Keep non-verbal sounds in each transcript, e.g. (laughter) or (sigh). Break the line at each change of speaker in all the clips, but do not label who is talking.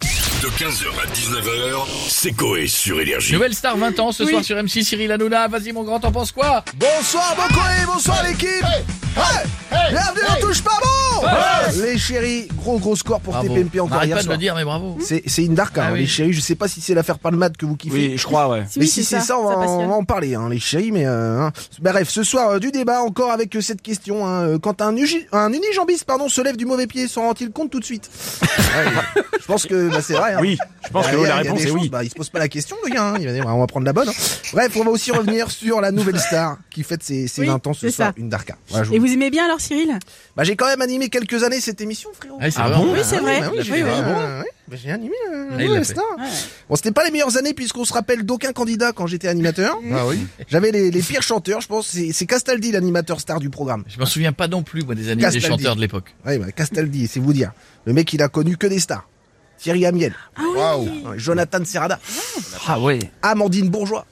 De 15h à 19h, c'est Coé sur Énergie.
Nouvelle star 20 ans ce soir sur M6 Cyril Hanouna. Vas-y mon grand, t'en penses quoi
Bonsoir, bon courrier, bonsoir l'équipe Hey Bienvenue, on touche pas bon Les chéris, gros gros score pour
Bravo.
TPMP encore
Arrête
hier
pas de
soir.
le dire, mais bravo.
C'est c'est une dark, hein,
Ah oui.
les chéris, je sais pas si c'est l'affaire Palmade que vous kiffez.
Oui, je crois, ouais.
mais
Oui,
si c'est ça, on, va, on
passionne.
va en parler, hein, les chéris. Mais euh, hein. Bah, bref, ce soir euh, du débat encore avec euh, cette question hein, euh, quand un, ugi- un unijambiste pardon se lève du mauvais pied, s'en rend-il compte tout de suite Ouais, Je pense que bah, c'est vrai. hein.
Oui, je pense que
Derrière,
la
il y a
réponse
des
est
choses,
oui.
Bah, il se pose pas la question, le gars. hein. Il va dire, bah, on va prendre la bonne. hein. Bref, on va aussi revenir sur la nouvelle star qui fête ses, ses
Oui,
20 ans ce
c'est
soir,
ça.
une Darka. Voilà, je vous-
Et vous aimez bien alors Cyril
Bah, j'ai quand même animé quelques années cette émission, frérot.
Ah, c'est
Ah
vrai,
bon
on a-
Oui, c'est vrai.
bah
oui,
j'ai
oui,
fait,
oui.
euh, ouais. Bah, j'ai animé euh,
Ah,
la
il
nouvelle
l'a fait.
star.
Ouais.
Bon, c'était pas les meilleures années puisqu'on se rappelle d'aucun candidat quand j'étais animateur.
Ah oui.
J'avais les, les pires chanteurs, je pense. C'est c'est Castaldi, l'animateur star du programme.
Je m'en souviens pas non plus, moi, des années des
Castaldi.
chanteurs de l'époque.
Ouais, bah, Castaldi, c'est vous dire. Le mec, il a connu que des stars. Thierry Amiel,
Ah oui.
hein, Jonathan Serrada,
Ah ouais.
Amandine Bourgeois,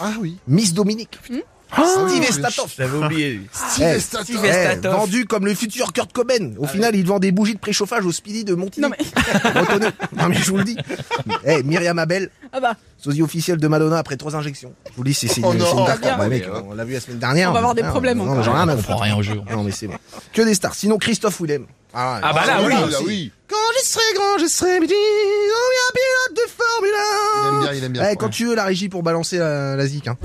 Ah oui.
Miss Dominique,
Hmm.
Ah.
Ah.
Steve Estatoff.
J'avais oublié. lui.
Steve
Eh,
Estatoff.
Steve
Eh,
Estatoff.
vendu comme le futur Kurt Cobain. Au final, il vend des bougies de préchauffage au Speedy de Montigny.
Ah Non
(laughs)
mais
Bretonneux. Non, mais je vous le
(laughs)
dis. Eh, Myriam Abel,
ah bah
sosie officielle de Madonna après trois injections. Je vous le dis, c'est c'est une,
Oh
c'est une
non.
dark,
Bien.
bah, mec, on l'a vu la semaine dernière.
On va avoir des
Ah,
problèmes
non,
encore.
J'en ai
On
rien à
comprend
foutre.
rien au jeu.
Non, mais c'est bon. Que des stars. Sinon, Christophe Willem. Ah, ouais.
Ah bah là, oui.
là, oui.
Quand je serai grand, je serai midi. Oh, un pilote de
ah bah Il aime
Formule 1.
bien, il aime bien.
Eh, quand tu veux la régie pour balancer la, la zik. Hein.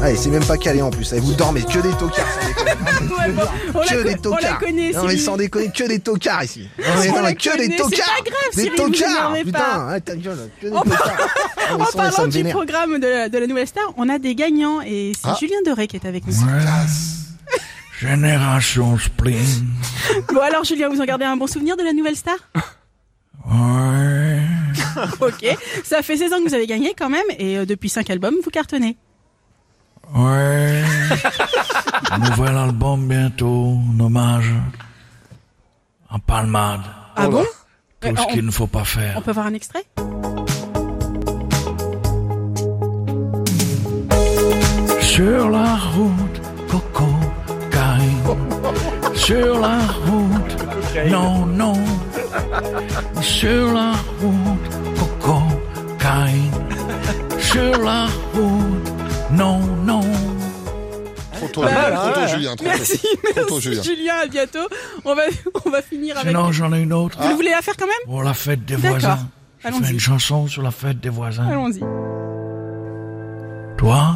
Ah, ouais, c'est même pas calé en plus. Eh, vous dormez que des tocards. sans déconner.
Ouais, bon, Ah, on, la
que
co-
des
on la
tocards.
connaît
non mais
Cyril.
sans déconner, que des tocards ici. Non, mais
On
non,
la
que des
connaît,
tocards.
c'est pas grave,
des
Cyril, vous
tocards.
énervez
Putain,
pas.
ouais, ta gueule, que des
En
tocards. Non, mais
En
sans- ça
parlant
me
du
vénère.
programme de la, de la Nouvelle Star, on a des gagnants et c'est
Ah.
Julien Doré qui est avec nous.
Génération Spleen.
(laughs) Bon alors Julien, vous en gardez un bon souvenir de la Nouvelle Star
Ouais.
Ok, ça fait 16 ans que vous avez gagné quand même et euh, depuis 5 albums, vous cartonnez.
Ouais. Nouvel album bientôt. Un hommage. En palmade.
Ah bon
Tout
Ouais,
ce
on-
qu'il ne faut pas faire.
On peut voir un extrait
Sur la route, Coco, Karine. Sur la route, non, non. Sur la route, Coco, Karine. Sur la route, non, non.
Trop tôt,
Bah,
Julien,
ouais.
hein.
trop tôt, Julien. trop tôt.
Merci,
Trop tôt,
merci
Julien.
Julien, à bientôt. On va, (laughs) on va finir avec...
Sinon, j'en ai une autre.
Vous voulez la faire quand même
Pour la fête des
D'accord.
voisins. Je fais
Allons-y.
une chanson sur la fête des voisins.
Allons-y.
Toi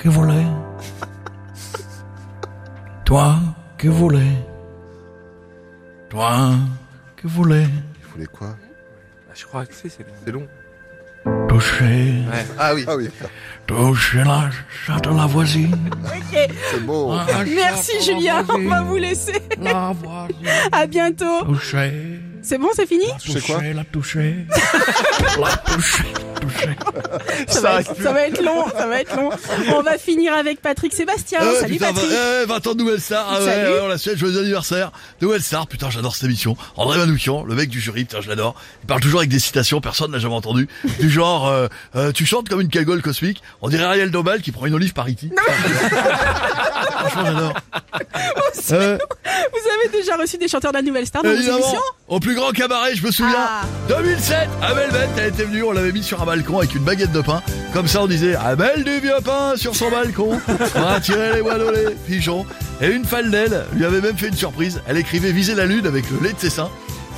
qui voulais. Toi qui voulais. Toi qui voulais
Il voulait quoi
Je crois que c'est c'est
C'est long.
toucher,
Ah oui. Ah oui.
toucher la chatte de la voisine.
Ok,
C'est beau.
La chatte
merci
de la
Julien, on
voisine.
va vous laisser. (laughs)
La voisine.
À bientôt.
Toucher.
C'est bon, c'est fini
Tu sais quoi
Toucher, la toucher. la toucher, toucher.
ça va, être, ça va être long, ça va être long. On va finir avec Patrick Sébastien.
Ouais,
Oh, Salut
putain,
Patrick.
vingt- eh, 20 ans de Nouvelle Star. Ah ouais,
Salut.
ouais, on la souhaite joyeux anniversaire. Nouvelle Star, putain, j'adore cette émission. André Manoukian, le mec du jury, putain, je l'adore. Il parle toujours avec des citations, personne n'a jamais entendu. Du genre, euh, euh, tu chantes comme une cagole cosmique. On dirait Ariel Dombal qui prend une olive par Iti. Franchement, j'adore. Euh,
Vous avez déjà reçu des chanteurs de la Nouvelle Star dans vos
évidemment,
émissions
au plus grand cabaret, je me souviens.
Ah.
2007, Abel Bent, elle était venue, on l'avait mis sur un balcon avec une baguette de pain. Comme ça, on disait Abel du vieux pain sur son balcon
(laughs)
pour attirer les moineaux, les pigeons. Et une fan d'elle lui avait même fait une surprise. Elle écrivait Viser la lune avec le lait de ses seins.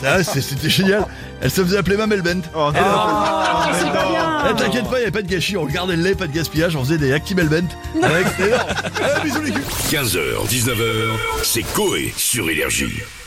Ça, c'est- c'était génial. Elle se faisait appeler Mamel Bent.
Oh,
Et
non.
alors,
Oh, c'est pas
eh,
bien.
T'inquiète pas, il n'y avait pas de gâchis. On regardait le lait, pas de gaspillage. On faisait des Actimel Bent.
(laughs)
Avec, c'était énorme. Eh, bisous les culs.
15h, 19h, c'est Coé sur Énergie.